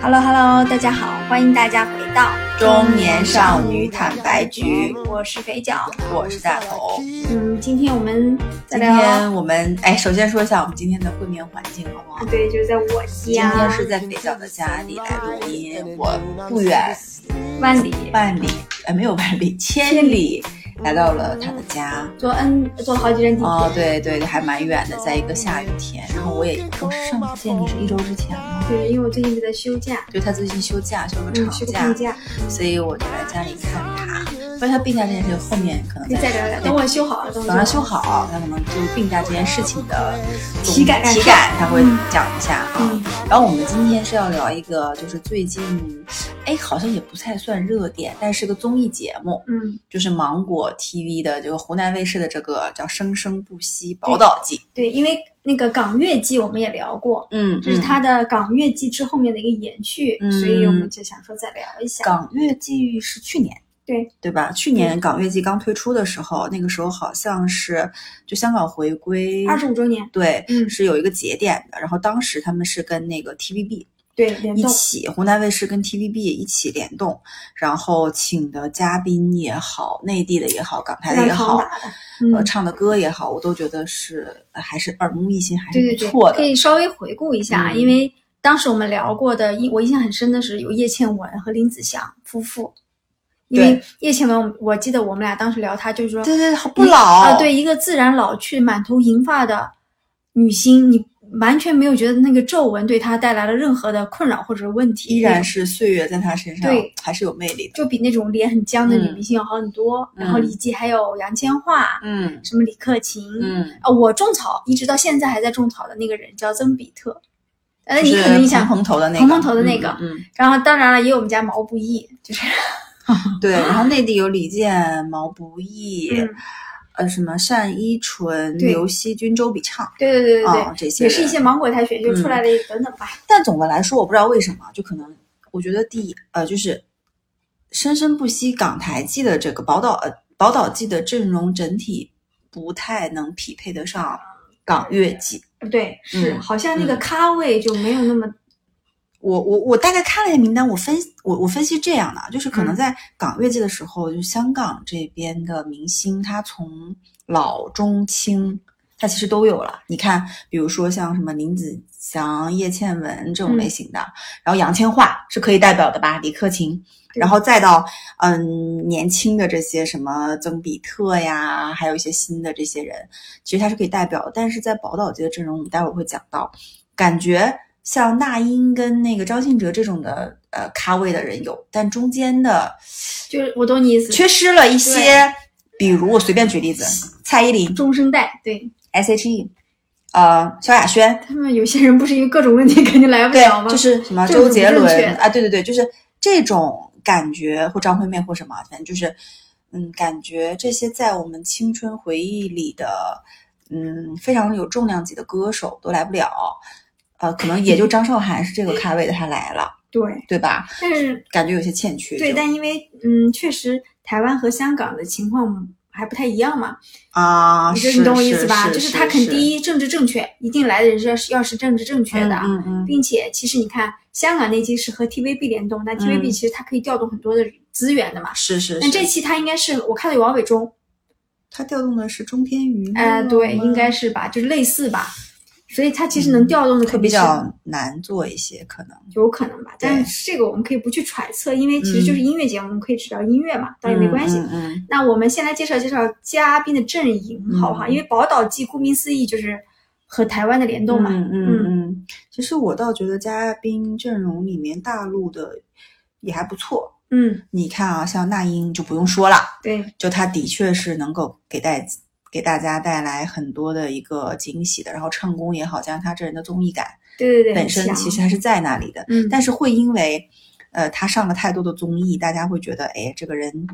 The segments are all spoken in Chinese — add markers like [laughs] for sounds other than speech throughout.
Hello Hello，大家好，欢迎大家回到中年少女坦白局，我是肥脚。我是大头。嗯，今天我们再今聊，啊天我们哎，首先说一下我们今天的会面环境好不好？对，就是在我今家天是在肥脚的家里来录音，我不远万里，万里，呃，没有万里，千里来到了他的家。坐 N 坐好几站地铁，哦，对对对，还蛮远的，在一个下雨天。然后我也，我上次见你是一周之前吗？对，因为我最近在休假，就他最近休假，休了嗯，长休个假病，假，所以我就来家里看他。关于他病假这件事情，后面可能可以再聊聊。等我休好了，等我等他休修好，他可能就是病假这件事情的体感感受体感，他会讲一下啊。嗯然后我们今天是要聊一个，就是最近，哎，好像也不太算热点，但是个综艺节目，嗯，就是芒果 TV 的，就是湖南卫视的这个叫《生生不息宝岛季》。对，因为那个港乐季我们也聊过，嗯，这是嗯它的港乐季之后面的一个延续，嗯所以我们就想说再聊一下。港乐季是去年，对对吧？去年港乐季刚推出的时候，那个时候好像是就香港回归二十五周年，对，嗯是有一个节点的。然后当时他们是跟那个 TVB 对，联一动，起，湖南卫视跟 TVB 也一起联动，然后请的嘉宾也好，内地的也好，港台的非也常庞，好大的，嗯呃，，唱的歌也好，我都觉得是呃还是耳目一新，还是对对不对错，的。可以稍微回顾一下，嗯因为当时我们聊过的，印我印象很深的是有叶倩文和林子祥夫妇，因为叶倩文，我记得我们俩当时聊她，就是说对对，好不一老啊，对，一个自然老去、满头银发的女星，你完全没有觉得那个皱纹对她带来了任何的困扰或者问题，依然是岁月在他身嗯上对还是有魅力的。就比那种脸很僵的女明星要好很多。然后嗯李记还有杨千嬅，嗯什么李克勤，嗯，啊，我种草一直到现在还在种草的那个人叫曾比特，但是就你是可能一想，蓬头的那个，蓬蓬头的那个嗯，嗯然后当然了，也有我们家毛不易，就是 [laughs] 嗯对。然后内地有李健、毛不易，嗯呃，什么单依纯、对刘惜君、周笔畅对对对对对，啊，这些也是一人些芒果台选秀出嗯来的等等吧，但总的来说，我不知道为什么，就可能我觉得第一呃，就是生生不息港台季的这个宝岛呃宝岛季的阵容整体不太能匹配得上港乐季。对，是嗯好像那个咖位就没有那么我我我大概看了一下名单，我分我我分析这样的啊，就是可嗯能在港乐季的时候，就香港这边的明星，他从老中青，他其实都有了。你看，比如说像什么林子祥、叶倩文这种类型的，然后杨千嬅是可以代表的吧，李克勤，对然后再到嗯年轻的这些什么曾比特呀，还有一些新的这些人，其实他是可以代表的。但是在宝岛级的阵容，我们待会儿会讲到，感觉像那英跟那个张信哲这种的呃咖位的人有，但中间的就是我懂你意思，缺失了一些，比如我随便举例子，蔡依林、中生代，对 S.H.E，呃，萧亚轩，他们有些人不是因为各种问题 [laughs] 肯定来不了啊吗？对，就是什么政治周杰不正伦确啊，对对对，就是这种感觉，或张惠妹或什么，反正就是，嗯，感觉这些在我们青春回忆里的，嗯，非常有重量级的歌手都来不了，呃，可能也就张韶涵是这个咖位的，她来了，对，对吧？但是感觉有些欠缺就，对，但因为嗯，确实台湾和香港的情况还不太一样嘛，啊，你就是你懂我意思吧？是就是是他肯第一政治正确，一定来的人是要是要是政治正确的，啊嗯嗯并且其实你看香港那期是和 TVB 联动，但 TVB 其实它可以调动很多的资源的嘛。是嗯是但这是，期他应该是我看到有王伟忠，他调动的是中天娱乐吗，呃，对，应嗯该是吧，就是类似吧，所以他其实能调动的会可嗯比较难做一些，可能。有可能吧。对但是这个我们可以不去揣测，因为其实就是音乐节目，我们可以只聊音乐嘛，倒也没关系。嗯嗯嗯那我们先来介绍介绍嘉宾的阵营，好不好？嗯因为宝岛季顾名思义就是和台湾的联动嘛，嗯嗯嗯，其实我倒觉得嘉宾阵容里面大陆的也还不错。嗯，你看啊，像那英就不用说了，对，就她的确是能够给带给大家带来很多的一个惊喜的。然后唱功也好，加上她这人的综艺感对对对，本身很其强实还是在那里的，嗯，但是会因为。呃，她上了太多的综艺，大家会觉得，哎，这个人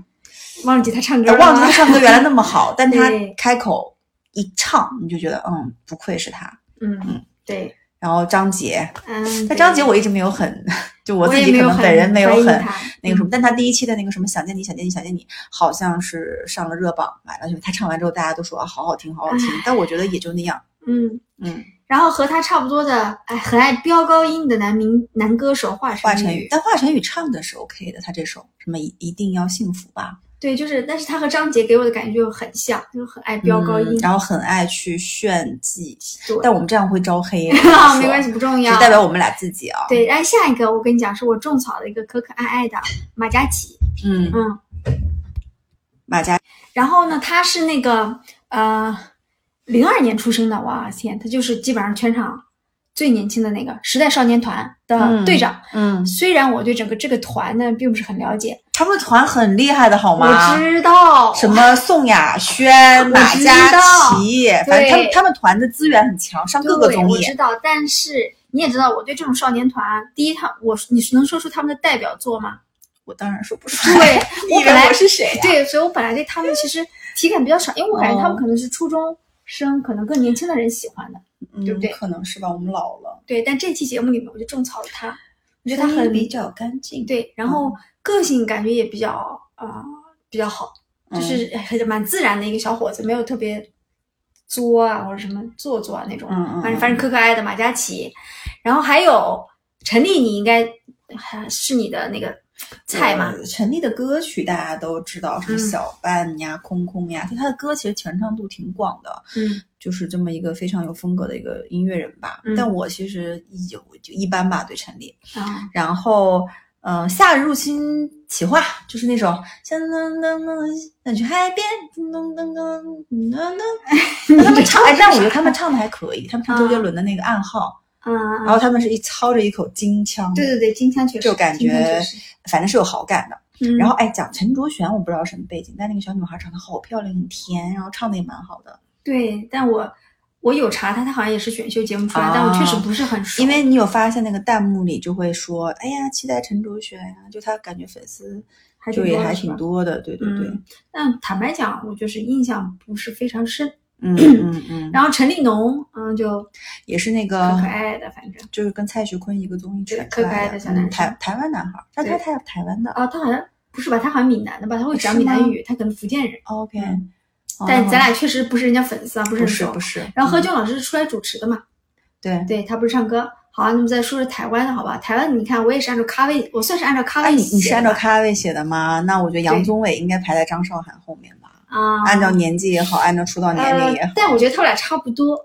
忘记他唱歌呃了，忘记她唱歌原来那 [laughs] 么好，但她啊对开口一唱，你就觉得，嗯，不愧是她。嗯，对，然后张杰，嗯，但张杰对我一直没有很，就我我自也己没可有能很本人没有怀疑嗯很他那个什么，但他第一期的那个什么想见你想见你想见你，好像是上了热榜，完了就他唱完之后大家都说啊好好听好好听，但我觉得也就那样，嗯，嗯，然后和他差不多的，哎，很爱飙高音的男明男歌手华华晨晨宇宇，，但华晨宇唱的是 OK 的，他这首什么一一定要幸福吧，对，就是，但是他和张杰给我的感觉就很像，就是很爱飙高音嗯， [laughs] 然后很爱去炫技，对，，但我们这样会招黑 [laughs] 啊啊没关系，系，不重只要，代表我们俩自己啊，，对，然后下一个我跟你讲，是我种草的一个可可爱爱的马嘉祺，嗯，嗯，马嘉，然后呢，他是那个呃零二年出生的，哇天，他就是基本上全场最年轻的那个时代少年团的嗯队长。嗯，虽然我对整个这个团呢并不是很了解，他们团很厉害的好我吗？知道什么宋亚轩、马哦知嘉道祺，反正他们对他们团的资源很强，上各个对，综我艺知。道，但是你也知道，我对这种少年团，第一他我你是能说出他们的代表作 [laughs] 吗？我当然说不出来，对， [laughs] 你我以为本来我是谁啊呀？对，所以我本来对他们其实体感比较少，因为我感觉他们哦可能是初中生，可能更年轻的人喜欢的。对不对嗯可能是吧，我们老了，对，但这期节目里面我就种草了他，我觉得他声很音比较干净，对，然嗯后个性感觉也比较呃比较好，嗯就是哎还是蛮自然的一个小伙子，没有特别作啊或者什么做作啊那种，嗯嗯反正反正可可爱的马嘉祺，然后还有陈丽，你应该还是你的那个菜嘛？呃陈粒的歌曲大家都知道，什么嗯小半呀、空空呀，就他的歌其实传唱度挺广的，嗯就是这么一个非常有风格的一个音乐人吧。嗯但我其实一就就一般吧，对陈粒。啊，然后，嗯、夏日入侵企划就是那种，像噔噔噔，想去海边，噔噔噔噔 [laughs] 噔噔，他们唱，哎，但我觉得他们唱的还可以，他们唱周杰伦的那个暗号，嗯，然后他们是一操着一口京腔，对对对，金枪确实就感金枪确觉实反正是有好感的。嗯，然后，哎，讲陈卓璇，我不知道什么背景，但那个小女孩长得好漂亮，很甜，然后唱的也蛮好的。对，但我我有查他，他好像也是选秀节目出来，但我确实不是哦很熟，因为你有发现那个弹幕里就会说，哎呀，期待陈卓璇呀、就她感觉粉丝还挺就也多的还是挺吧多的，对对对，嗯但坦白讲，我就是印象不是非常深。嗯嗯嗯，然后陈立农，嗯，就也是那可个可爱爱的，反正就是跟蔡徐坤一个综艺对选可出可爱来的小男嗯、台生台湾男孩，他对他他台湾的啊，他好像不是吧？他好像闽南的吧？他会讲是闽南吗语，他可能福建人。哦，OK，哦嗯但咱俩确实不是人家粉丝啊，不不是很是熟不。是，然后何嗯炅老师是出来主持的嘛？对。对他不是唱歌。好啊，那么再说说台湾的好吧？台湾，你看我也是按照咖位，我算是按照咖哎，位你写的吧，你是按照咖位写的吗？那我觉得对杨宗纬应该排在张韶涵后面吧。啊，按照年纪也好，按照出道年龄也呃好，，但我觉得他们俩差不多，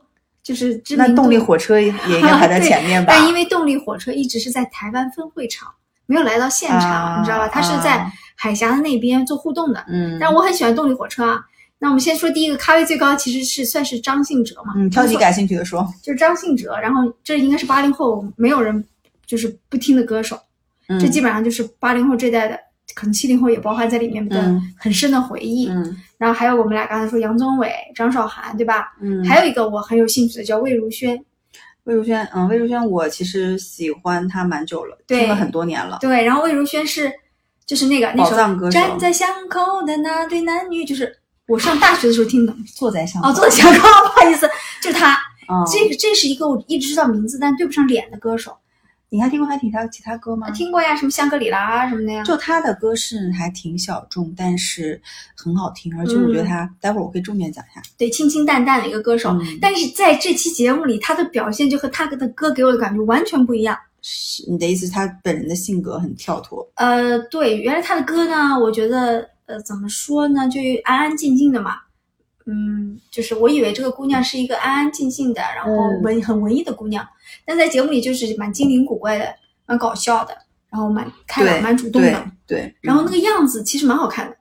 就是知那名动力度火车 [laughs] 也应该排在对前面吧？但因为动力火车一直是在台湾分会场，没有来到现场，啊你知道吧？它是在啊海峡的那边做互动的。嗯，但我很喜欢动力火车啊。那我们先说第一个咖位最高，其实是算是张信哲嘛，嗯，挑你感兴趣的说。就是张信哲。然后这应该是八零后没有人就是不听的歌手，嗯这基本上就是八零后这代的，可能七零后也包含在里面的嗯很深的回忆。嗯然后还有我们俩刚才说杨宗纬、张韶涵，对吧？嗯，还有一个我很有兴趣的叫魏如萱，魏如萱，嗯，魏如萱，我其实喜欢她蛮久了，对听了很多年了。对，然后魏如萱是就是那个那宝首藏歌《手站在巷口的那对男女》，就是我上大学的时候听的。坐在上哦，坐在巷口， [laughs] 不好意思，就是他。嗯这个这是一个我一直知道名字但对不上脸的歌手，你还听过她其他其他歌吗？听过呀，什么香格里拉啊什么的呀。就她的歌是还挺小众，但是很好听，而且我觉得嗯她，待会儿我可以重点讲一下。对，清清淡淡的一个歌手，嗯但是在这期节目里，他的表现就和他的歌给我的感觉完全不一样。是你的意思，她本人的性格很跳脱，呃，对，原来他的歌呢，我觉得呃，怎么说呢，就安安静静的嘛。嗯，就是我以为这个姑娘是一个安安静静的，然后嗯文、很文艺的姑娘，但在节目里就是蛮精灵古怪的，蛮搞笑的，然后蛮开朗、对，蛮主动对嗯的，对。然后那个样子其实蛮好看的，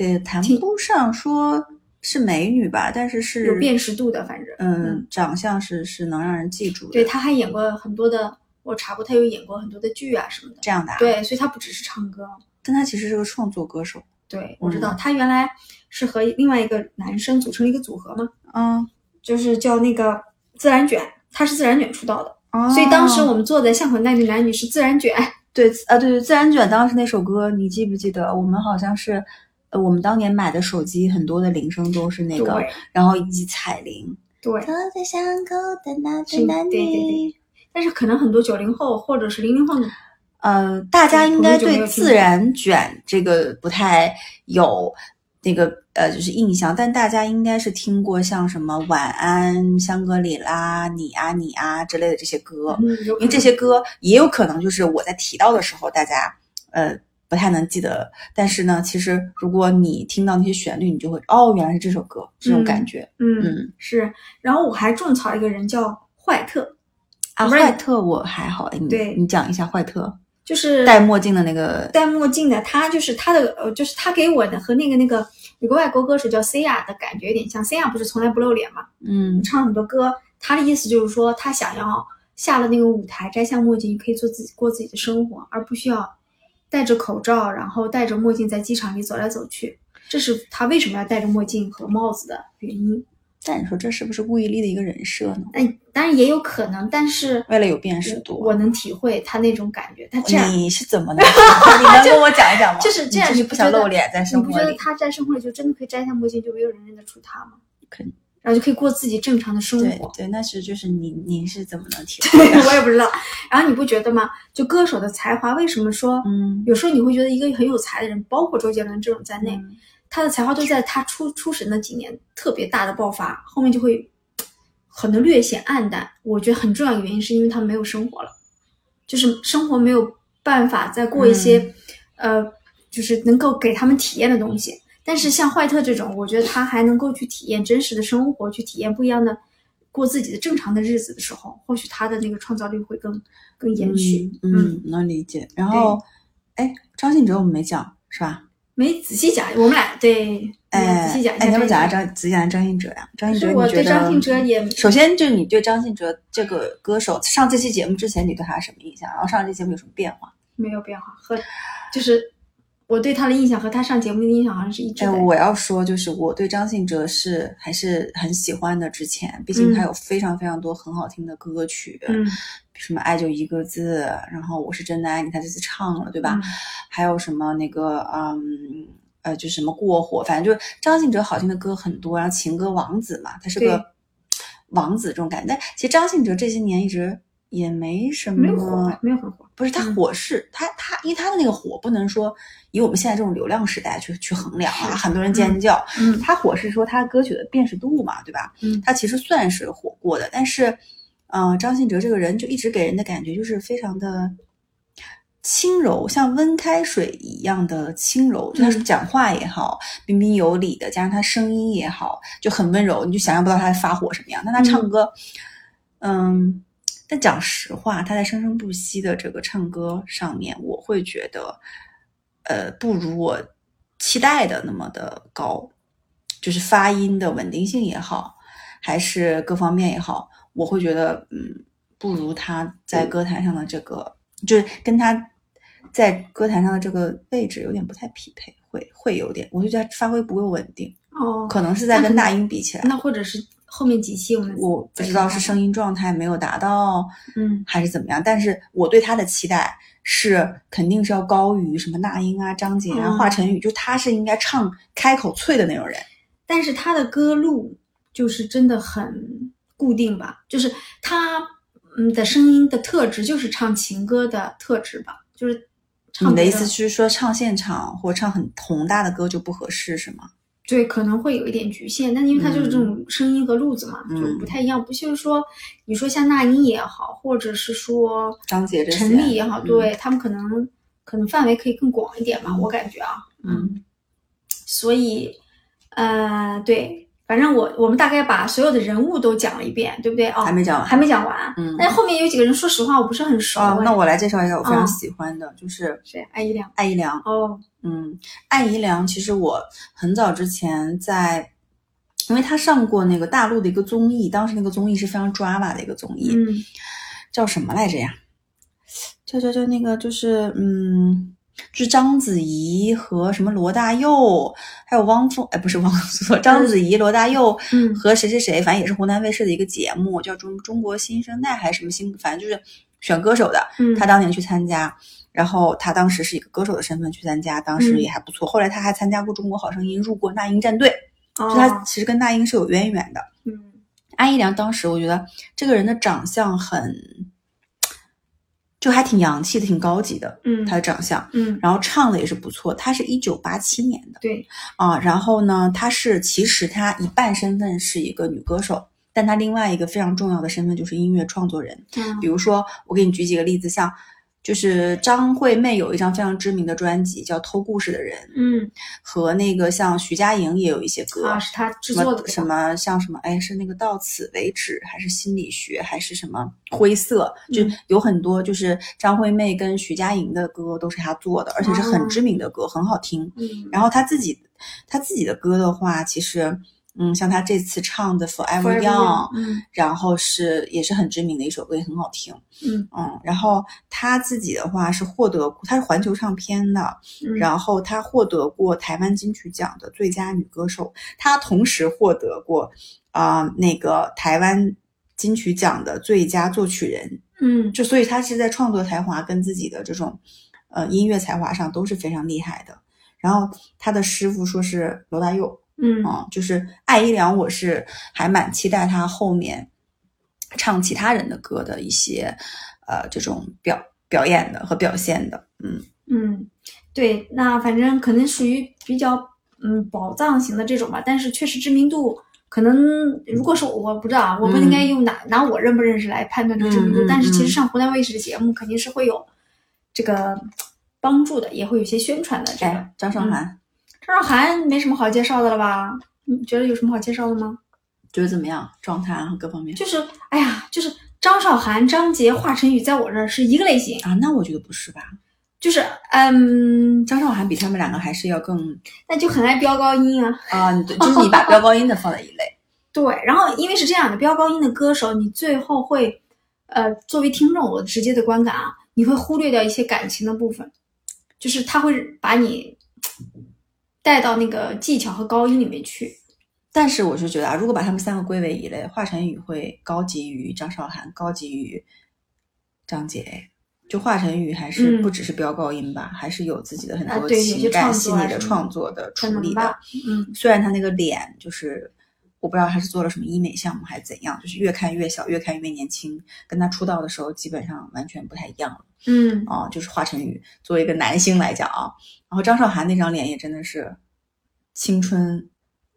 嗯呃，谈不上说是美女吧，但是是有辨识度的，反正嗯，长相是是能让人记住的。对，她还演过很多的，我查过，她有演过很多的剧啊什么的，这样的、啊。，对，所以她不只是唱歌，啊但她其实是个创作歌手。对我嗯知道，她原来是和另外一个男生组成了一个组合嘛，嗯，就是叫那个自然卷，他是自然卷出道的，哦所以当时我们坐在巷口那对男女是自然卷，对啊，对对，自然卷当时那首歌，你记不记得？我们好像是，呃，我们当年买的手机很多的铃声都是那个对，然后以及彩铃。对。刻在巷口的那是对对对。但是可能很多九零后或者是零零后呢，呃，大家应该对我就没有听过自然卷这个不太有那个呃，就是印象，但大家应该是听过像什么《晚安香格里拉》、你啊你啊之类的这些歌，嗯有因为这些歌也有可能就是我在提到的时候，大家呃不太能记得，但是呢，其实如果你听到那些旋律，你就会哦，原来是这首歌，这种感觉。嗯嗯，是。然后我还种草一个人叫坏特，啊，不是坏特我还好，哎你对你讲一下坏特就是戴墨镜的那个，戴墨镜的，他就是他的呃，就是他给我的和那个那个有个外国歌手叫 Sia 的感觉有点像，Sia 不是从来不露脸嘛，嗯唱很多歌，他的意思就是说他想要下了那个舞台摘下墨镜，可以做自己过自己的生活，而不需要戴着口罩，然后戴着墨镜在机场里走来走去。这是他为什么要戴着墨镜和帽子的原因。但你说这是不是故意立的一个人设呢？但当然也有可能，但是为了有辨识度，啊我能体会他那种感觉。他这样，你是 [laughs] 怎么能？你能跟我讲一讲吗？就是这样你就是你不不想觉得露脸在你生不觉活得里。他在生活里就真的可以摘下墨镜，就没有人认得出他吗？肯然后就可以过自己正常的生对活。对，那是就是你你是怎么能体会？ [laughs] 我也不知道。然后你不觉得吗？就歌手的才华，为什么说，嗯，有时候你会觉得一个很有才的人，包括周杰伦这种在内，嗯他的才华都在他出出神的几年特别大的爆发，后面就会可能略显暗淡。我觉得很重要的原因是因为他没有生活了，就是生活没有办法再过一些，嗯呃，就是能够给他们体验的东西。但是像怀特这种，我觉得他还能够去体验真实的生活，去体验不一样的，过自己的正常的日子的时候，或许他的那个创造力会更更延续。嗯嗯，能理解。然后，哎，张信哲我们没讲是吧？没仔细讲，我们俩对，哎，仔细讲一下。哎，你要不讲下张，仔细讲下张信哲呀？张信哲，是我你觉得对张信哲也首先就是你对张信哲这个歌手，上这期节目之前你对他什么印象？然后上这期节目有什么变化？没有变化，和就是我对他的印象和他上节目的印象好像是一致哎，的。我要说，就是我对张信哲是还是很喜欢的。之前，毕竟他有非常非常多很好听的歌曲，嗯，什么《爱就一个字》，然后《我是真的爱你》，他这次唱了，对吧？嗯还有什么那个，嗯，呃，就什么过火，反正就是张信哲好听的歌很多，然后情歌王子嘛，他是对个王子这种感觉。但其实张信哲这些年一直也没什么没有火吧，没有很火。不是他嗯火是、他他，因为他的那个火不能说以我们现在这种流量时代去去衡量啊，是很多人尖叫。嗯他火是说他歌曲的辨识度嘛，对吧？嗯他其实算是火过的，但是，呃，张信哲这个人就一直给人的感觉就是非常的轻柔，像温开水一样的轻柔。嗯他讲话也好，彬彬有礼的，加上他声音也好，就很温柔，你就想象不到他发火什么样。但他唱歌，嗯，但讲实话，他在生生不息的这个唱歌上面，我会觉得，呃，不如我期待的那么的高，就是发音的稳定性也好，还是各方面也好，我会觉得，嗯，不如他在歌坛上的这个，就是跟他在歌坛上的这个位置有点不太匹配，会会有点，我就觉得他发挥不够稳定，哦，可能是在那可嗯跟能大音比起来。那或者是后面几期我们我不知道是声音状态没有达到，嗯还是怎么样，但是我对他的期待是肯定是要高于什么那英啊、张杰啊、嗯华晨宇，就他是应该唱开口脆的那种人。但是他的歌路就是真的很固定吧，就是他嗯的声音的特质就是唱情歌的特质吧，就是唱你的别意思是说唱现场或唱很宏大的歌就不合适是吗？对，可能会有一点局限，但因为它就是这种声音和路子嘛，嗯就不太一样。不就是说，你说像那英也好，或者是说张杰这些陈粒也好，嗯对、他们可能可能范围可以更广一点吧，我感觉啊，嗯，所以，呃，对，反正我我们大概把所有的人物都讲了一遍，对不对？哦，嗯还没讲完还没讲完，嗯但是后面有几个人，说实话我不是很熟。哎哦，那我来介绍一下我非常哦喜欢的，就是谁？艾依良。艾怡良。哦，嗯，艾怡良，其实我很早之前在，因为她上过那个大陆的一个综艺，当时那个综艺是非常抓马的一个综艺，嗯，叫什么来着呀？叫叫叫那个就是嗯，就是章子怡和什么罗大佑，还有汪峰，哎，不是汪峰 [laughs] 说，章子怡、罗大佑嗯和谁谁谁，反正也是湖南卫视的一个节目，叫中中国新生代还是什么新，反正就是选歌手的。嗯他当年去参加，然后他当时是以一个歌手的身份去参加，当时也还不错。后来他还参加过《中国好声音》，入过那英战队，哦所以他其实跟那英是有渊源的。嗯安一良当时我觉得这个人的长相很就还挺洋气的，挺高级的，嗯他的长相。嗯，然后唱的也是不错，他是一九八七年的对，啊。然后呢，他是其实他一半身份是一个女歌手，但他另外一个非常重要的身份就是音乐创作人。嗯比如说，我给你举几个例子，像就是张惠妹有一张非常知名的专辑叫《偷故事的人》，嗯，和那个像徐佳莹也有一些歌，啊，是他制什么作的什么像什么哎，是那个到此为止，还是心理学，还是什么灰色？就嗯有很多就是张惠妹跟徐佳莹的歌都是她做的，而且是哦很知名的歌，很好听。嗯，然后她自己她自己的歌的话，其实嗯，像她这次唱的《Forever Forever Young》， Young，嗯然后是也是很知名的一首歌，也很好听。嗯嗯，然后她自己的话是获得她是环球唱片的，嗯，然后她获得过台湾金曲奖的最佳女歌手，她同时获得过啊、那个台湾金曲奖的最佳作曲人，嗯就所以她是在创作才华跟自己的这种呃音乐才华上都是非常厉害的。然后她的师傅说是罗大佑，嗯啊、就是艾依良，我是还蛮期待她后面唱其他人的歌的一些呃这种表表演的和表现的，嗯。嗯，对，那反正可能属于比较嗯宝藏型的这种吧，但是确实知名度可能如果是我我不知道啊，我不应该用拿、拿我认不认识来判断这个知名度，嗯嗯嗯但是其实嗯上湖南卫视的节目肯定是会有这个帮助的，也会有一些宣传的。这个哎，张韶嗯涵、张韶涵没什么好介绍的了吧？你觉得有什么好介绍的吗？觉得怎么样？状态啊，各方面就是哎呀，就是张韶涵、张杰、华晨宇在我这儿是一个类型，啊？那我觉得不是吧？就是嗯，张韶涵比他们两个还是要更那就很爱飙高音啊。啊，你对就是你把 [laughs] 飙高音的放在一类。对，然后因为是这样的，飙高音的歌手，你最后会，呃，作为听众，我直接的观感啊，你会忽略掉一些感情的部分，就是他会把你带到那个技巧和高音里面去。但是我是觉得啊，如果把他们三个归为一类，华晨宇会高级于张韶涵，高级于张杰。就华晨宇还是嗯不只是飙高音吧，还是有自己的很啊多对有些情感创细作啊腻的什么创作的处可能理的吧。嗯虽然他那个脸就是。我不知道他是做了什么医美项目还是怎样，就是越看越小，越看越年轻，跟他出道的时候基本上完全不太一样了。嗯，啊、就是华晨宇作为一个男星来讲啊，然后张韶涵那张脸也真的是青春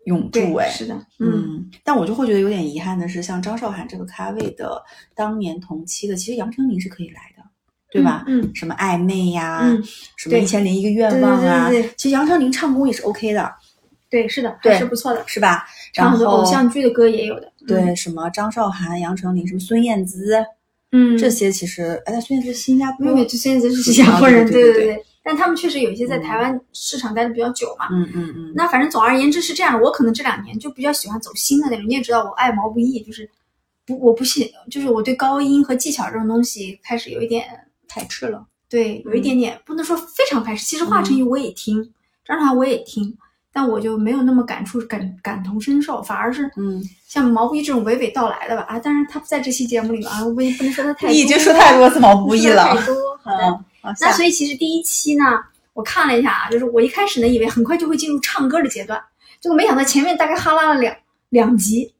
永驻对，哎，是的，嗯嗯，但我就会觉得有点遗憾的是，像张韶涵这个咖位的，当年同期的，其实杨丞琳是可以来的，对吧？啊嗯嗯什么暧昧呀、嗯，什么对一千零一个愿望啊，对对对对其实杨丞琳唱功也是 OK 的，对，是的，对还是不错的。是吧？然唱后很多偶像剧的嗯歌也有的，对什么张韶涵、杨丞琳、什么孙燕姿、嗯，嗯，这些，其实哎，但孙燕姿新加坡没有没有，就现在是新加坡人，啊对对对对对对。但他们确实有一些在嗯台湾市场待的比较久嘛，嗯嗯嗯，那反正总而言之是这样，我可能这两年就比较喜欢走新的那种。你也知道，我爱毛不易，就是不我不信，就是我对高音和技巧这种东西开始有一点排斥了，对，有一嗯点点、不能说非常排斥。其实华晨宇我也听，张韶涵我也听，但我就没有那么感触感感同身受，反而是嗯，像毛不易这种娓娓道来的吧啊，当然他不在这期节目里面啊，我不不能说他太多，你已经 [laughs] 说太多次毛不易说他了，太多，好 [laughs] 的。嗯，好那下所以其实第一期呢，我看了一下啊，就是我一开始呢以为很快就会进入唱歌的阶段，结果没想到前面大概哈拉了两两集，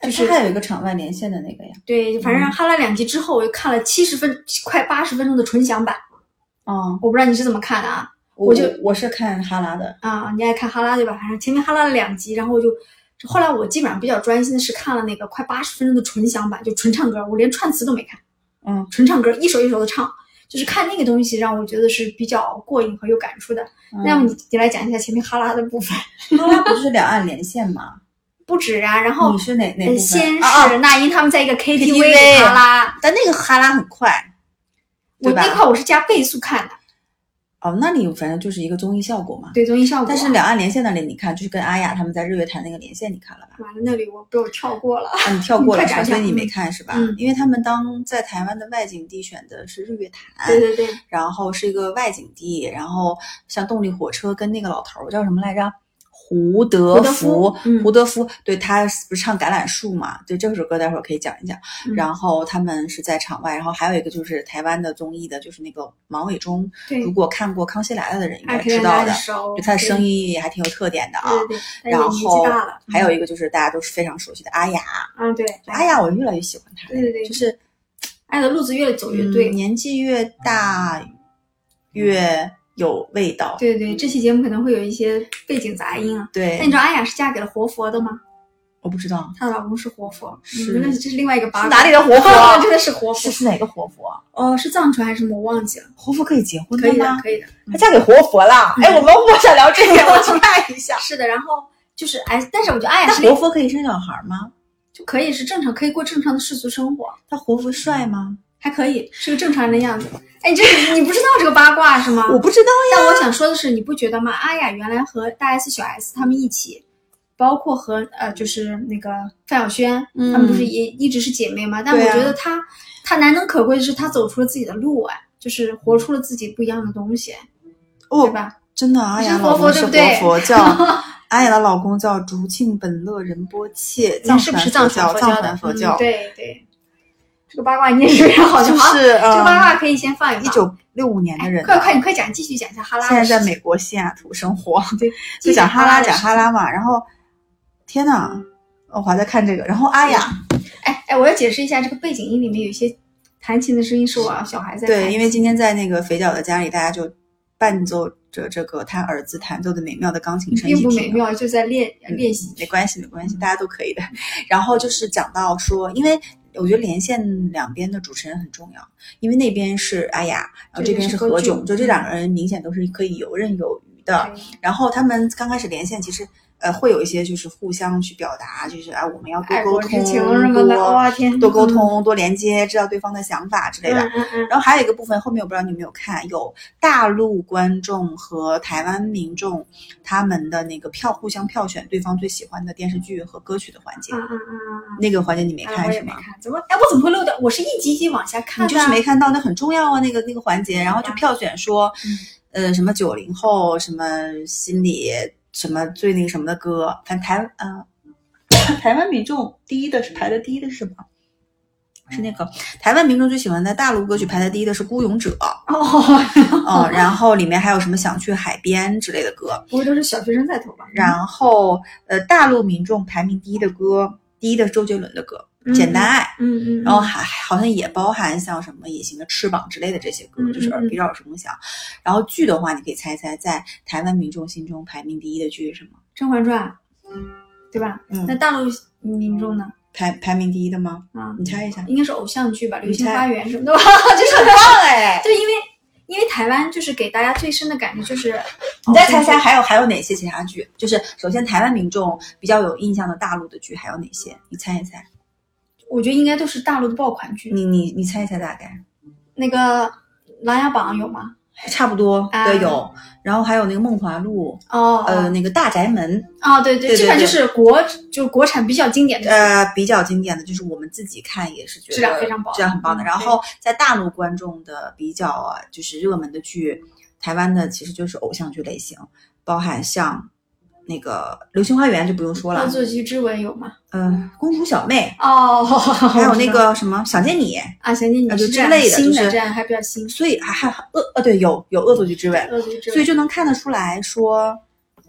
就是他还有一个场外连线的那个呀。对，反正哈拉两集之后，我又看了七十分快八十分钟的纯享版，哦，我不知道你是怎么看的啊？我就我是看哈拉的，啊，你爱看哈拉对吧？反正前面哈拉了两集，然后我就。后来我基本上比较专心的是看了那个快八十分钟的纯享版，就纯唱歌，我连串词都没看，嗯，纯唱歌，一首一首的唱，就是看那个东西让我觉得是比较过瘾和有感触的。嗯那么你你来讲一下前面哈拉的部分。哈拉不是两岸连 [laughs] 线吗？不止啊，然后你是哪哪部呃分？先是啊啊，那英他们在一个 KTV KTV 里哈拉，但那个哈拉很快，我对吧那块我是加倍速看的，哦，那里反正就是一个综艺效果嘛。对综艺效果。但是两岸连线那里你看，就是跟阿雅他们在日月潭那个连线，你看了吧？完了那里我被我跳过了，啊，你跳过了是吧？你快讲所以你讲没看是吧？嗯因为他们当在台湾的外景地选的是日月潭，对对对，然后是一个外景地，然后像动力火车跟那个老头儿叫什么来着？胡德胡德福夫，嗯胡德夫，对他不是唱《橄榄树》嘛？对这首歌待会儿可以讲一讲。嗯然后他们是在场外，然后还有一个就是台湾的综艺的，就是那个毛伟忠。对啊如果看过《康熙来了》的人应艾该克知亮道大的，熟对，他的声音音也还挺有特点的啊。对对，但也然年纪后大了，还有嗯一个就是大家都是非常熟悉的阿雅，啊对，阿雅我越来越喜欢她了，对对对哎就是爱的路子越走越对。嗯年纪越大越有味道。对对，这期节目可能会有一些背景杂音啊。对那你知道安雅是嫁给了活佛的吗？我不知道她的老公是活佛，是嗯那这是另外一个八是卦。哪里啊的活佛真的是活佛是。是哪个活佛啊？ [laughs] 哦，是藏传还是什么？我忘记了。活佛可以结婚可以的吗，？可以的。她嫁给活佛了。哎，我们我想聊这个，我去看一下。是的，然后就是哎，但是我觉得安雅 [laughs] 那是活佛可以生小孩吗？就可以是正常，可以过正常的世俗生活，他活佛帅吗？还可以是个正常人的样子。哎，你这你不知道这个八卦是吗？啊我不知道呀。但我想说的是，你不觉得吗？阿雅原来和大 S、小 S 他们一起，包括和呃，就是那个范晓萱，嗯他们不是也一直是姐妹吗？但我对啊觉得她，她难能可贵的是，她走出了自己的路，哎，就是活出了自己不一样的东西，哦对，吧？真的，阿雅是老活佛公对是活不对佛，叫 [laughs] 阿雅的老公叫竹庆本乐仁波切，藏你是不是藏传传教？佛藏的传？佛教嗯，，对对，这个八卦你也是好就像好，是这个八呃，卦可以先放一一放。九六五年的人，快快，你快讲，继续讲一下哈拉现的在事情。在美国西雅图生活， [laughs] 对，就讲哈拉，的讲事哈拉嘛。然后，天呐，我还在看这个。然后阿雅，哎哎，我要解释一下，这个背景音里面有一些弹琴的声音是我小孩在弹对，因为今天在那个肥脚的家里，大家就伴奏着这个他儿子弹奏的美妙的钢琴声，并不一起美听妙，就在练练习。嗯没关系，没关系，大家都可以的。然后就是讲到说，因为我觉得连线两边的主持人很重要，因为那边是阿雅，然后这边这边是嗯是何何炅炅，就这两个人明显都是可以游刃有余的。对然后他们刚开始连线，其实呃会有一些就是互相去表达，就是啊我们要多爱沟国之通，情什么的，多哇天，多沟通，多连接，知道对方的想法之类嗯。的。嗯嗯嗯，然后还有一个部分，后面我不知道你有没有看，有大陆观众和台湾民众他们的那个票互相票选对方最喜欢的电视剧和歌曲的环节，嗯嗯嗯嗯那个环节你没嗯，哎看我是也没吗？看，怎么？哎，我怎么会漏掉？我是一集一集往下看你的，就是没看到，那很重要啊，那个那个环节，然后就票选说，嗯呃，什么九零后，什么心理，什么最那个什么的歌，反正台呃台湾民众第一的是排的第一的是什么？是那个嗯台湾民众最喜欢的大陆歌曲排在第一的是《孤勇者》， [laughs] 哦，哦，然后里面还有什么想去海边之类的歌，不会都是小学生在投吧？然后呃，大陆民众排名第一的歌，第一的是周杰伦的歌嗯《简单爱》，嗯嗯，然后还好像也包含像什么《隐形的翅膀》之类的这些歌，嗯就是嗯耳比耳熟能详。然后剧的话，你可以猜猜，在台湾民众心中排名第一的剧是什么？ 《甄嬛传》，对吧？嗯那大陆民众呢？排排名第一的吗？啊，你猜一下。应该是偶像剧吧，《流星你猜花园》什么的吧？这很棒哎！就因为因为台湾就是给大家最深的感觉就是，哦你再猜猜，还有还有哪些其他剧？就是首先台湾民众比较有印象的大陆的剧还有哪些？你猜一猜，我觉得应该都是大陆的爆款剧。你你你猜一猜大概？那个《琅琊榜》有吗？差不多啊对有，然后还有那个《梦华录》，哦，呃，那个《大宅门哦，对对，对对这款对就是国就是国产比较经典》，的，呃，比较经典的就是我们自己看也是觉得质量非常棒质量很棒的。嗯然后在大陆观众的比较啊，就是热门的剧，台湾的其实就是偶像剧类型，包含像那个《流星花园》就不用说恶了，作剧之吻》有吗？嗯，《公主小妹哦，》，还还有那个什么《想见你》，啊，想见你啊是就这样之类的新就是这样还比较新。所以还还还恶呃对有有《恶作剧之吻》，恶作剧之所以吻，就能看得出来说，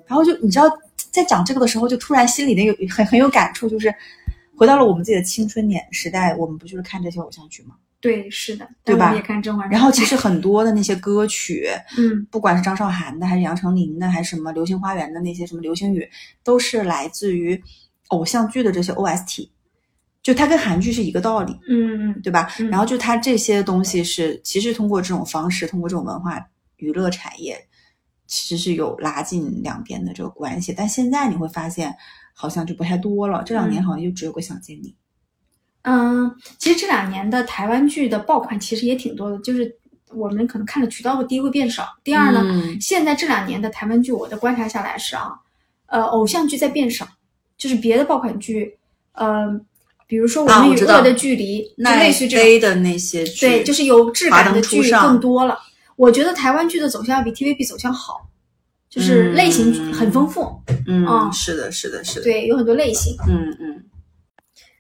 然后就你知道，在讲这个的时候，就突然心里那有很很有感触，就是回到了我们自己的青春年时代，我们不就是看这些偶像剧吗？对，是的，对吧但我们也看《甄嬛传》，然后其实很多的那些歌曲，嗯，不管是张韶涵的，还是杨丞琳的，还是什么《流星花园》的那些什么流星雨，都是来自于偶像剧的这些 OST，就它跟韩剧是一个道理，嗯嗯对吧？嗯然后就它这些东西是，其实通过这种方式，通过这种文化娱乐产业，其实是有拉近两边的这个关系。但现在你会发现，好像就不太多了。这两年嗯好像就只有个《想见你》嗯，其实这两年的台湾剧的爆款其实也挺多的，就是我们可能看的渠道会第一会变少，第第二呢，现在这两年的台湾剧，我的观察下来是啊，呃，偶像剧在变少，就是别的爆款剧，呃，比如说《啊我们我与知恶道的距离》就奈类似于这飞种，的那些剧，对，就是有质华感的灯初剧上更多了。我觉得台湾剧的走向要比 TVB 走向好，就是类型很丰富，嗯，嗯是的，是的，是的，对，有很多类型。嗯嗯，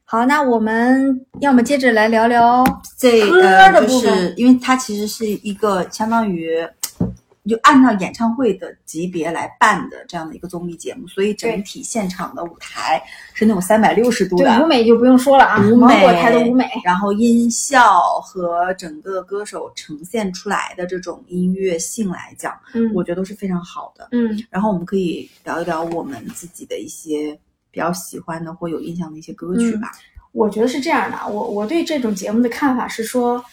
好，那我们要么接着来聊聊，这歌呃的就部分是因为它其实是一个相当于就按照演唱会的级别来办的这样的一个综艺节目，所以整对体现场的舞台是那种三百六十度对的舞美就不用说了啊，舞芒美果台的舞美，然后音效和整个歌手呈现出来的这种音乐性来讲，嗯，我觉得都是非常好的。嗯然后我们可以聊一聊我们自己的一些比较喜欢的或有印象的一些歌嗯曲吧。我觉得是这样的，啊我我对这种节目的看法是说，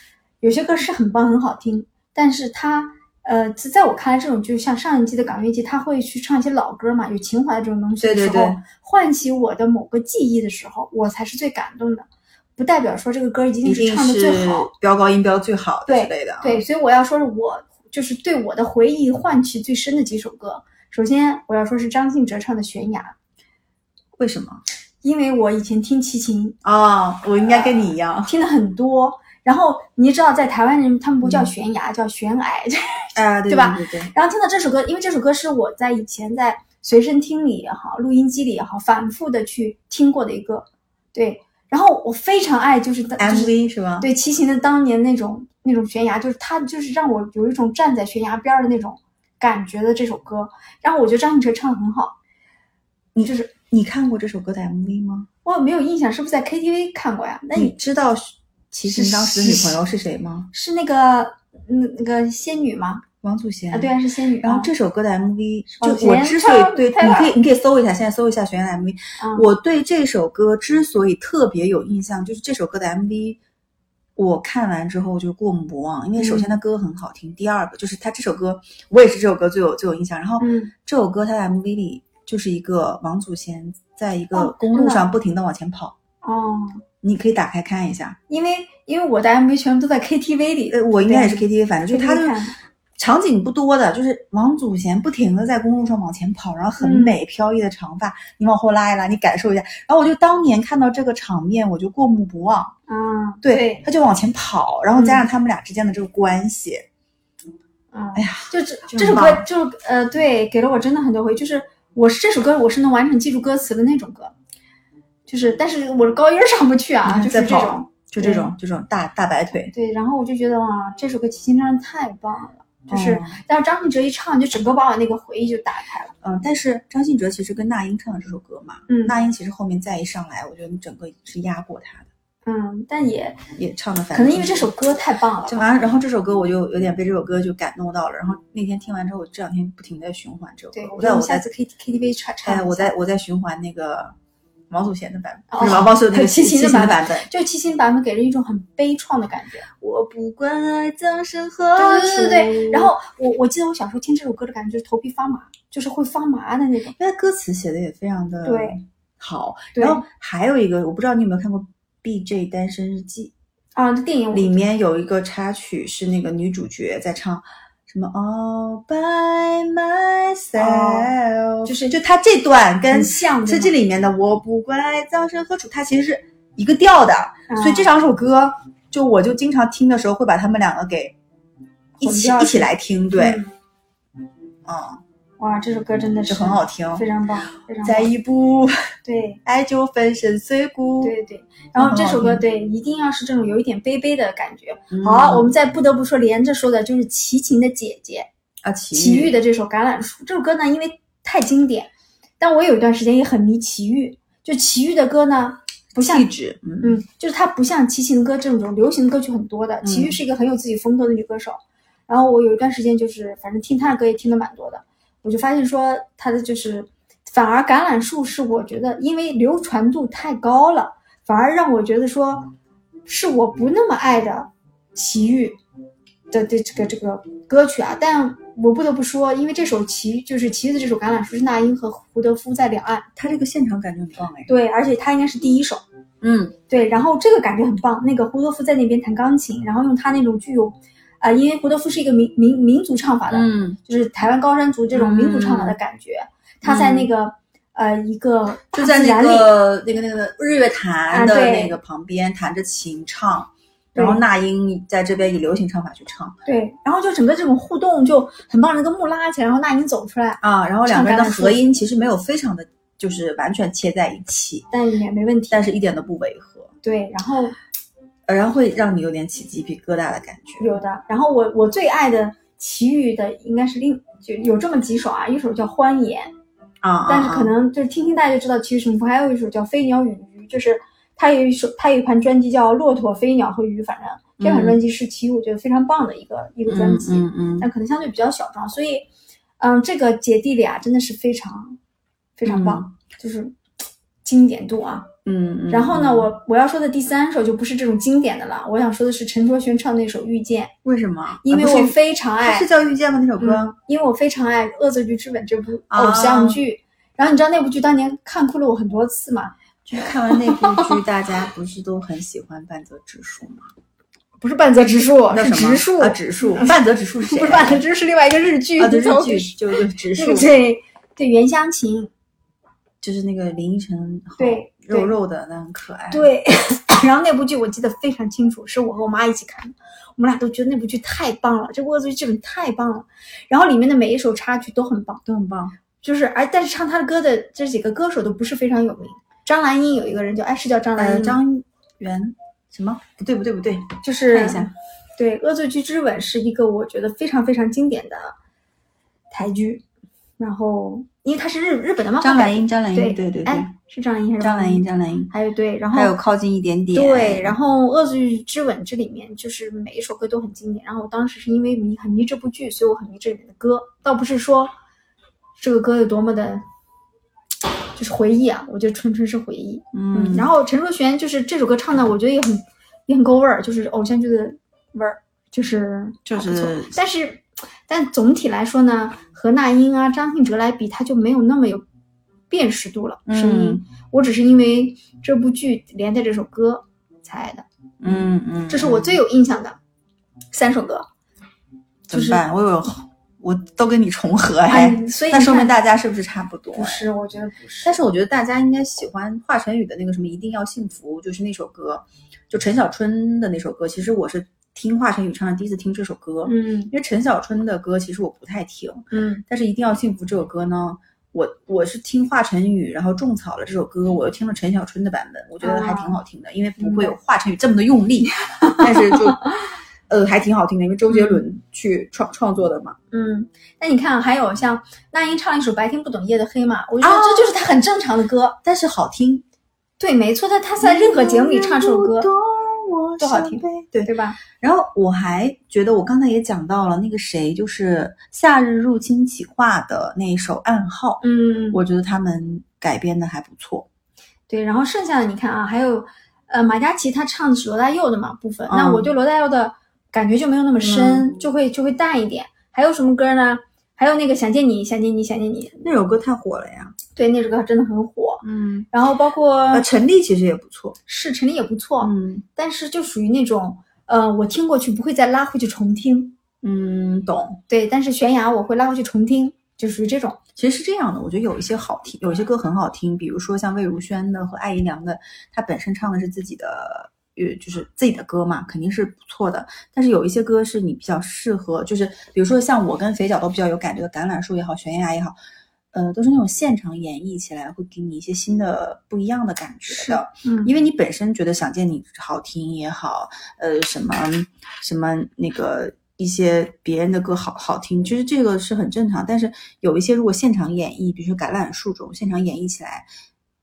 有些歌是很棒很好听，但是它呃，在在我看来，这种就像上一季的港乐季，他会去唱一些老歌嘛，有情怀的这种东西对的对时候，对唤起我的某个记忆的时候，我才是最感动的。不代表说这个歌一定一是定唱的是最好，飙高音飙最好的对之类的啊。对，所以我要说是我就是对我的回忆唤起最深的几首歌。首先我要说是张信哲唱的《悬崖》，为什么？因为我以前听齐秦啊、我应该跟你一样。听的很多，然后你知道在台湾人他们不嗯叫悬崖，叫悬崖， [laughs] 啊，对对吧对对对然后听到这首歌，因为这首歌是我在以前在随身听里也好，录音机里也好，反复的去听过的一个，对。然后我非常爱，就是当就是，MV 是吧？对齐秦的当年那种那种悬崖，就是他就是让我有一种站在悬崖边儿的那种感觉的这首歌。然后我觉得张信哲唱的很好，你就是你看过这首歌的 MV 吗？我没有印象是不是在 KTV 看过呀？那你你知道齐秦当时的女是朋友是谁吗？是那个嗯那个仙女吗？王祖贤啊，对啊，是仙女。然后啊这首歌的 MV，往就我哦前之所以唱对，太你好可以你可以搜一下，现在搜一下悬崖 MV。嗯我对这首歌之所以特别有印象，就是这首歌的 MV，我看完之后就过目不忘，因为首嗯先它歌很好听，第二个就是它这首歌，我也是这首歌最有最有印象。然后嗯这首歌它的 MV 里就是一个王祖贤在一个哦公真路的上不停的往前跑，哦，你可以打开看一下。因为因为我的 MV 全部都在 KTV 里，呃，我应该也是对 KTV，反正就是它 KTV 的看场景不多的，就是王祖贤不停的在公路上往前跑，然后很嗯美飘逸的长发，你往后拉一拉，你感受一下。然后我就当年看到这个场面，我就过目不忘。啊，对，对，他就往前跑，然后加上嗯他们俩之间的这个关系，嗯，哎呀，就这就这首很歌棒就呃，对，给了我真的很多回忆，就是我是这首歌我是能完整记住歌词的那种歌，就是但是我的高音儿上不去你啊，看就是嗯在这跑种就这种、就这种大大白腿，对，然后我就觉得哇，这首歌齐秦真的太棒了，就是、嗯但是张信哲一唱，就整个把我那个回忆就打开了，嗯、但是张信哲其实跟那英唱的这首歌嘛，嗯那英其实后面再一上来，我觉得你整个是压过他的，嗯，但也也唱的反可能因为这首歌太棒了就，完了，然后这首歌我就有点被这首歌就感动到了。然后那天听完之后，我这两天不停地在循环这首歌对，。我觉我在得我我们下在次 K KTV 唱唱一哎，下，我在我在循环那个王祖贤的版本，哦不是王王祖贤的那个齐秦的的版版本。就齐秦版本给人一种很悲怆的感觉。我不管爱葬身何对处，对对对对。然后我我记得我小时候听这首歌的感觉就是头皮发麻，就是会发麻的那种。因为歌词写的也非常的对好。对然后还有一个，我不知道你有没有看过《B J 单身日记啊，这电影》，我里面有一个插曲是那个女主角在唱。什么 all by myself，、就是就她这段跟很像在这里，里面的“我不管爱葬身何处”，它其实是一个调的，啊所以这两首歌，就我就经常听的时候会把他们两个给一起混掉一起来听，对，嗯嗯，哇，这首歌真的是就很好，听。非常棒，非常棒再。一步，对爱就粉身碎骨。对对，然后这首很歌好对一定要是这种有一点悲悲的感觉。嗯好，我们再不得不说连着说的就是齐秦的姐姐啊，奇齐遇豫的这首《橄榄树》这首歌呢，因为太经典，但我有一段时间也很迷齐豫。就齐豫的歌呢，不像气质，嗯，嗯，就是她不像齐秦的歌这种流行歌曲很多的，齐豫嗯是一个很有自己风格的女歌手。然后我有一段时间就是，反正听她的歌也听的蛮多的，我就发现说她的就是，反而《橄榄树》是我觉得因为流传度太高了，反而让我觉得说，是我不那么爱的齐豫的这这个这个歌曲啊。但我不得不说，因为这首齐就是齐豫的这首《橄榄树》是那英和胡德夫在两岸他这个现场感觉很棒哎。对，而且她应该是第一首。嗯，对，然后这个感觉很棒。那个胡德夫在那边弹钢琴，然后用他那种具有，呃，因为胡德夫是一个民民民族唱法的，嗯，就是台湾高山族这种民族唱法的感觉。他在那个、呃一个嗯就大在自那然里个那个那个日月潭的啊对那个旁边弹着琴唱，对然后那英在这边以流行唱法去唱对，然后就整个这种互动就很棒。那个幕拉起来，然后那英走出来，啊，然后两个人的唱橄榄树合音其实没有非常的就是完全切在一起，但也没问题。但是一点都不违和，对，然后呃然后会让你有点起鸡皮疙瘩的感觉。有的，然后我我最爱的其余的应该是另就有这么几首啊，一首叫《欢颜》，啊，但是可能就是听听大家就知道其实什么。还有一首叫《飞鸟与鱼》，就是他有一首他有一盘专辑叫《骆驼、飞鸟和鱼》，反正这款专辑是其余我觉得非常棒的一个一个专辑，嗯嗯嗯，但可能相对比较小众，所以嗯，这个姐弟俩真的是非常非常棒，就是经典度啊。嗯嗯然后呢，我我要说的第三首就不是这种经典的了，我想说的是陈卓璇唱那首《遇见》，为什么？因为啊不我是非常爱它是叫遇见吗？那首歌？嗯，因为我非常爱《恶作剧之吻》这部啊偶像剧。然后你知道那部剧当年看哭了我很多次嘛？就是看完那部剧，大家不是都很喜欢半泽直树吗？不是半泽直树，[laughs] 那是什么直树，啊，直树，半泽直树是谁？ [laughs] 不是半泽直树，是另外一个日剧。啊，对，你怎么回日事剧 [laughs] 就是直那树个，对对袁湘琴，就是那个林依晨，对对肉肉的，那很可爱。，对。 [laughs] 然后那部剧我记得非常清楚，是我和我妈一起看的，我们俩都觉得那部剧太棒了，这《恶作剧之吻》太棒了。然后里面的每一首插曲都很棒，都很棒。就是而但是唱他的歌的这几个歌手都不是非常有名。张兰英有一个人叫哎是叫张兰呃，英吗，张元什么？不对，不对，不对，就是看一下对，《恶作剧之吻》是一个我觉得非常非常经典的台剧，然后因为它是日日本的漫画张改兰编，英，张兰英，对对对，哎，是张兰英还是张兰英，张？张兰英，还有对，然后还有靠近一点点。对，然后《恶作剧之吻》这里面就是每一首歌都很经典，然后我当时是因为迷很迷这部剧，所以我很迷这里面的歌，倒不是说这个歌有多么的，就是回忆啊，我觉得纯纯是回忆。嗯，嗯，然后陈若璇就是这首歌唱的，我觉得也很也很够味儿，就是偶像剧的味儿，就是就还不错是但是但总体来说呢，和那英啊、张信哲来比，他就没有那么有辨识度了。声音，嗯我只是因为这部剧连带这首歌才爱的，嗯嗯，这是我最有印象的三首歌。怎就么是办？我有，我都跟你重合哎，哎，所以那你说明看大家是不是差不多？不是，我觉得不是。但是我觉得大家应该喜欢华晨宇的那个什么《一定要幸福》，就是那首歌，就陈小春的那首歌。其实我是听华晨宇唱的，第一次听这首歌，嗯因为陈小春的歌其实我不太听，嗯但是《一定要幸福》这首歌呢，我我是听华晨宇，然后种草了这首歌，我又听了陈小春的版本，我觉得还挺好听的，因为不会有嗯华晨宇这么的 [laughs] 用力，但是就呃还挺好听的，因为周杰伦去创创作的嘛。嗯，那你看啊、还有像那英唱了一首《白天不懂夜的黑》嘛，我觉得这就是他很正常的歌。但是好听，对，没错，但他在任何节目里唱这首歌，多好听，嗯对。对吧？然后我还觉得，我刚才也讲到了那个谁，就是《夏日入侵企划》的那一首《暗号》，嗯，我觉得他们改编的还不错。对。然后剩下的你看啊，还有呃，马嘉祺他唱的是罗大佑的嘛部分，那嗯我对罗大佑的感觉就没有那么深，就会就会淡一点。还有什么歌呢？还有那个想见你，想见你，想见你，那首歌太火了呀，对，那首歌真的很火。嗯，然后包括呃，陈粒其实也不错，是陈粒也不错，嗯但是就属于那种呃，我听过去不会再拉回去重听，嗯，懂。对。但是悬崖我会拉回去重听，就属于这种。其实是这样的，我觉得有一些好听，有一些歌很好听，比如说像魏如萱的和艾怡良的，她本身唱的是自己的，呃，就是自己的歌嘛，肯定是不错的。但是有一些歌是你比较适合，就是比如说像我跟肥脚都比较有感觉的《橄榄树》也好，《悬崖》也好，呃，都是那种现场演绎起来会给你一些新的不一样的感觉的。嗯因为你本身觉得想见你好听也好，呃，什么什么那个一些别人的歌好好听，其实这个是很正常。但是有一些如果现场演绎，比如说《橄榄树》这种现场演绎起来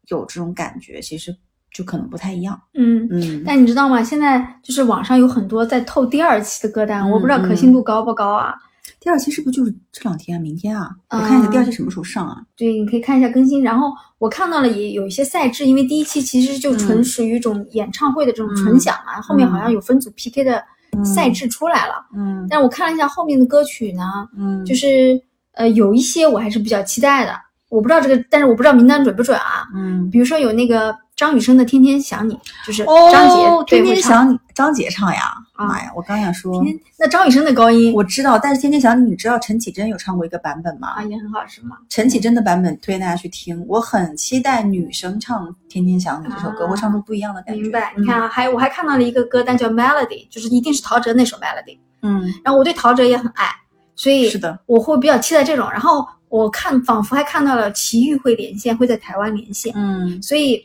有这种感觉，其实就可能不太一样。嗯，嗯，但你知道吗？现在就是网上有很多在透第二期的歌单，嗯我不知道可信度高不高啊。第二期是不是就是这两天啊？明天啊？我啊看一下第二期什么时候上啊？对，你可以看一下更新。然后我看到了也有一些赛制，因为第一期其实嗯就纯属于一种演唱会的这种纯享啊，后面好像有分组 PK 的赛制出来了。嗯但我看了一下后面的歌曲呢，嗯就是是呃有一些我还是比较期待的。我不知道这个，但是我不知道名单准不准啊。嗯。比如说有那个张雨生的《天天想你》，就是张杰、哦，对天天会唱想你，张杰唱呀！啊妈呀，我刚想说，天那张雨生的高音我知道，但是天天想你，你知道陈绮贞有唱过一个版本吗？啊也很好是吗？陈绮贞的版本推荐大家去听，我很期待女生唱《天天想你》这首歌，啊会唱出不一样的感觉。嗯明白，你看啊，还我还看到了一个歌单叫 Melody，就是一定是陶喆那首 Melody。嗯，然后我对陶喆也很爱，所以是的，我会比较期待这种。然后我看仿佛还看到了齐豫会连线，会在台湾连线，嗯嗯，所以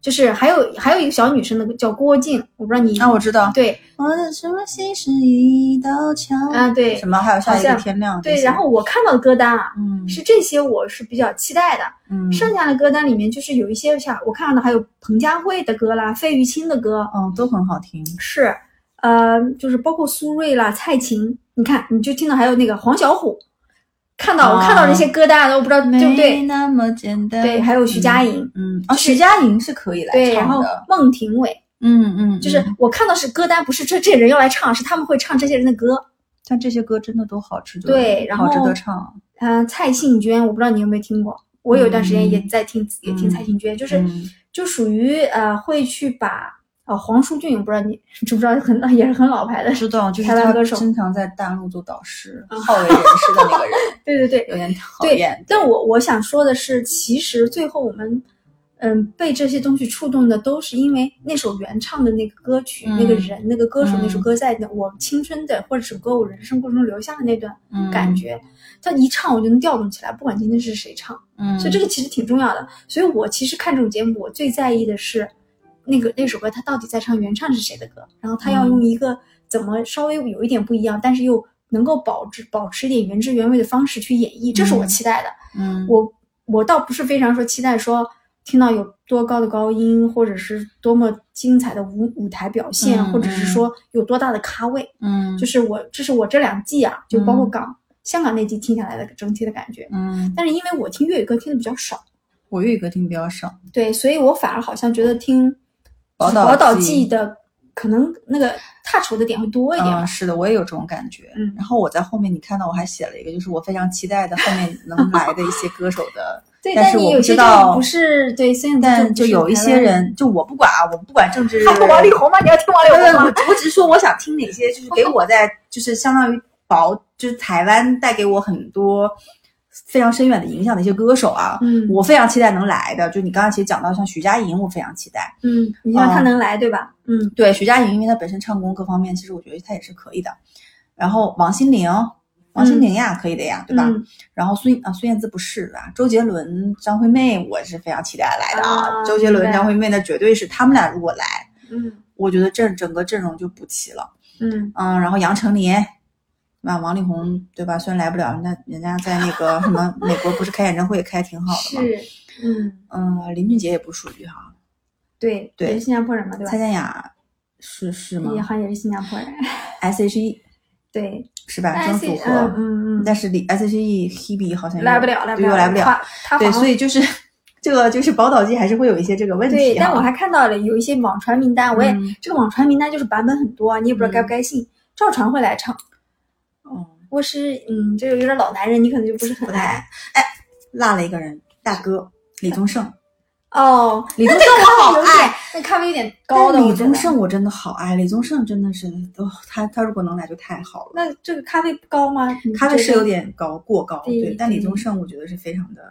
就是还有还有一个小女生的叫郭靖，我不知道你啊，我知道，对我的什么心是一道墙啊对什么还有下一好个像天亮这些，对，然后我看到的歌单啊，嗯是这些我是比较期待的，嗯剩下的歌单里面就是有一些像我看到的还有彭佳慧的歌啦，费玉清的歌嗯都很好听，是，呃，就是包括苏芮啦、蔡琴，你看你就听到还有那个黄小琥，看到、我看到这些歌单都不知道对不哦没对，那么简单，对，还有徐佳莹。嗯，啊，徐佳莹是可以来对，然唱后的，孟庭苇，嗯嗯，就是嗯我看到是歌单，不是这这些人要来唱，是他们会唱这些人的歌。但这些歌真的都好值得，对然后好值 [laughs] 得唱，嗯、蔡幸娟，我不知道你有没有听过，我有一段时间也嗯在听，也听蔡幸娟，就是、嗯就属于呃会去把呃黄舒骏，我不知道你知不知道，很也是很老牌的，知道，就是台湾他歌手经常在大陆做导师，好为人师的那 [laughs] 个人，对对对有点讨对厌。。但我我想说的是，其实最后我们。嗯，被这些东西触动的都是因为那首原唱的那个歌曲、那个嗯人、那个歌手、那首嗯歌在我青春的或者整个我人生过程中留下的那段嗯感觉，他一唱我就能调动起来，不管今天是谁唱，嗯，所以这个其实挺重要的。所以我其实看这种节目，我最在意的是那个那首歌他到底在唱原唱是谁的歌，然后他要嗯用一个怎么稍微有一点不一样，但是又能够保持保持一点原汁原味的方式去演绎，这是我嗯期待的。嗯，我我倒不是非常说期待说听到有多高的高音，或者是多么精彩的舞舞台表现，嗯或者是嗯说有多大的咖位。嗯就是我，这是我这两季啊，就包括嗯港、香港那季听下来的整体的感觉。嗯，但是因为我听粤语歌听的比较少，我粤语歌听比较少，对，所以我反而好像觉得听宝岛岛宝记记的可能那个 touch 的点会多一点吧。嗯，是的，我也有这种感觉。嗯，然后我在后面，你看到我还写了一个，就是我非常期待的后面能来的一些歌手的 [laughs] 对，但但是你我有不些知就道不是对，虽然但就不就是有一台些湾，人，就我不管啊，我不管政治，还有 [laughs] 王力宏吗？你要听王力对对，宏吗？我我只是说我想听哪些，就是给我在就是相当于保就是台湾带给我很多非常深远的影响的一些歌手啊，嗯我非常期待能来的。就你刚刚其实讲到像徐佳莹，我非常期待。嗯，你希望他嗯能来对吧？嗯对徐佳莹，因为她本身唱功各方面，其实我觉得她也是可以的。然后王心凌，王心凌呀，可以的呀，对吧？嗯然后孙啊孙燕姿不是吧？周杰伦、张惠妹，我是非常期待来的啊周杰明白伦、张惠妹那绝对是他们俩如果来，嗯我觉得这整个阵容就补齐了。嗯，嗯，然后杨丞琳，对吧？王力宏，对吧？虽然来不了，人家人家在那个什 [laughs] 么美国不是开演唱会开挺好的吗？是嗯嗯，林俊杰也不属于哈，对对也是新加坡人嘛对吧蔡？健雅是是也吗好像也是新加坡 [laughs] 人， ？S.H.E 对，是吧？这但种是组合。嗯嗯嗯，但是李 S.H.E Hebe 好像来又不了，来不对了，又来不了。他他对，好像所以就是这个就是宝岛季还是会有一些这个问题哈。啊对，但我还看到了有一些网传名单，我也、嗯这个网传名单就是版本很多，你也不知道该不该信。赵传会来唱，嗯我是嗯，这个有点老男人，你可能就不是很不太爱。哎落了一个人，大哥李宗盛，哦，李宗那盛我咖好位有点爱，，那咖位有点高但的，李我觉得宗。盛我真的好爱，李宗盛真的是哦，他他如果能来就太好了。那这个咖位不高吗？你咖啡是觉得有点高过高，嗯对对，但李宗嗯盛我觉得是非常的。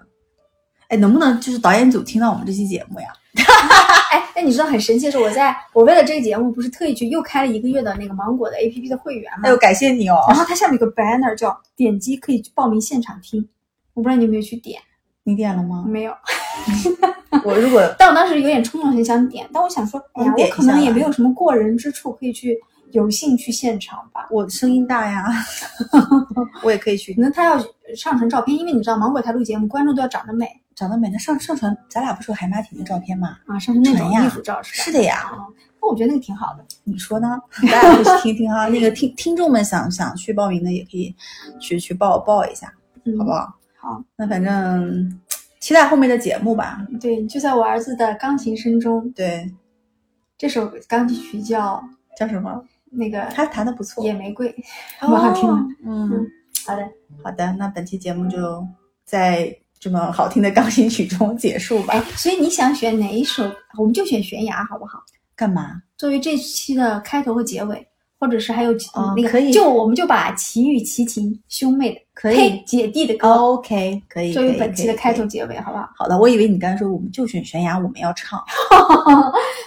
哎，能不能就是导演组听到我们这期节目呀？哎，那你知道很神奇的是，我在我为了这个节目，不是特意去又开了一个月的那个芒果的 APP 的会员嘛哎，呦，，感谢你哦！然后它下面有个 banner 叫点击可以去报名现场听，我不知道你有没有去点， [laughs] 你点了吗？没有。我如果但我当时有点冲动性想点，但我想说，哎呀，你我点一可能下也吧没有什么过人之处，可以去有幸去现场吧。我声音大呀， [laughs] 我也可以去可能他要上传照片，因为你知道芒果台录节目，观众都要长得美长得美，那上上传咱俩不是有海马体的照片吗？啊，上传那传种呀艺术照是吧？是的呀，啊，那我觉得那个挺好的。你 [laughs] 说呢？大家可以去听听哈。那个听听众们想想去报名的也可以去去报报一下，嗯，好不好？好，那反正期待后面的节目吧。对，就在我儿子的钢琴声中，对，这首钢琴曲叫叫什么？那个他弹的不错，野玫瑰， [laughs] 蛮好听的。哦嗯，好的，好的，那本期节目就在这么好听的钢琴曲中结束吧哎。，所以你想选哪一首？我们就选悬崖，好不好？干嘛？作为这期的开头和结尾，或者是还有、哦那个可以就我们就把齐豫、齐秦兄妹的可以呸姐弟的歌、 OK，可以。作可为以本期的开。可头以结尾，好不 [laughs] 好？好的，我以为你刚才说我们就选悬崖，我们要唱。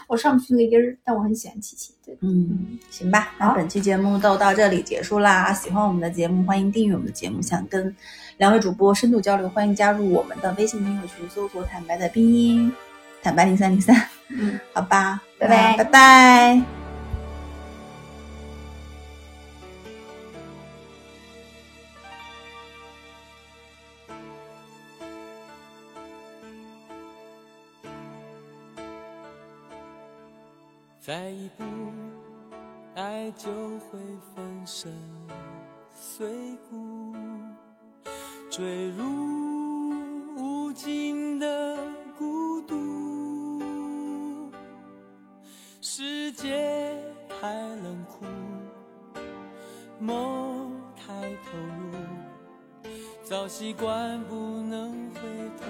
我上不去那个音儿，但我很喜欢齐秦。对，嗯，行吧，那好本期节目就到这里结束啦。喜欢我们的节目，欢迎订阅我们的节目。想跟两位主播深度交流，欢迎加入我们的微信听友群，搜索“坦白”的拼音。坦白零三零三，嗯，好吧，拜拜那拜拜。再一步，爱就会粉身碎骨，坠入无尽的孤独。世界太冷酷，梦太投入，早习惯不能回头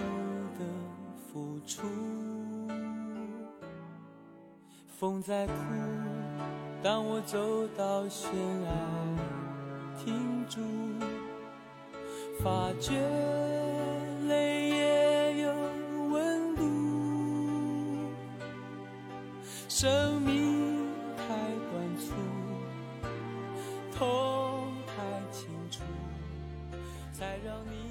的付出。风在哭，当我走到悬崖，停住，发觉泪也有温度。生命太短促，痛太清楚，才让你。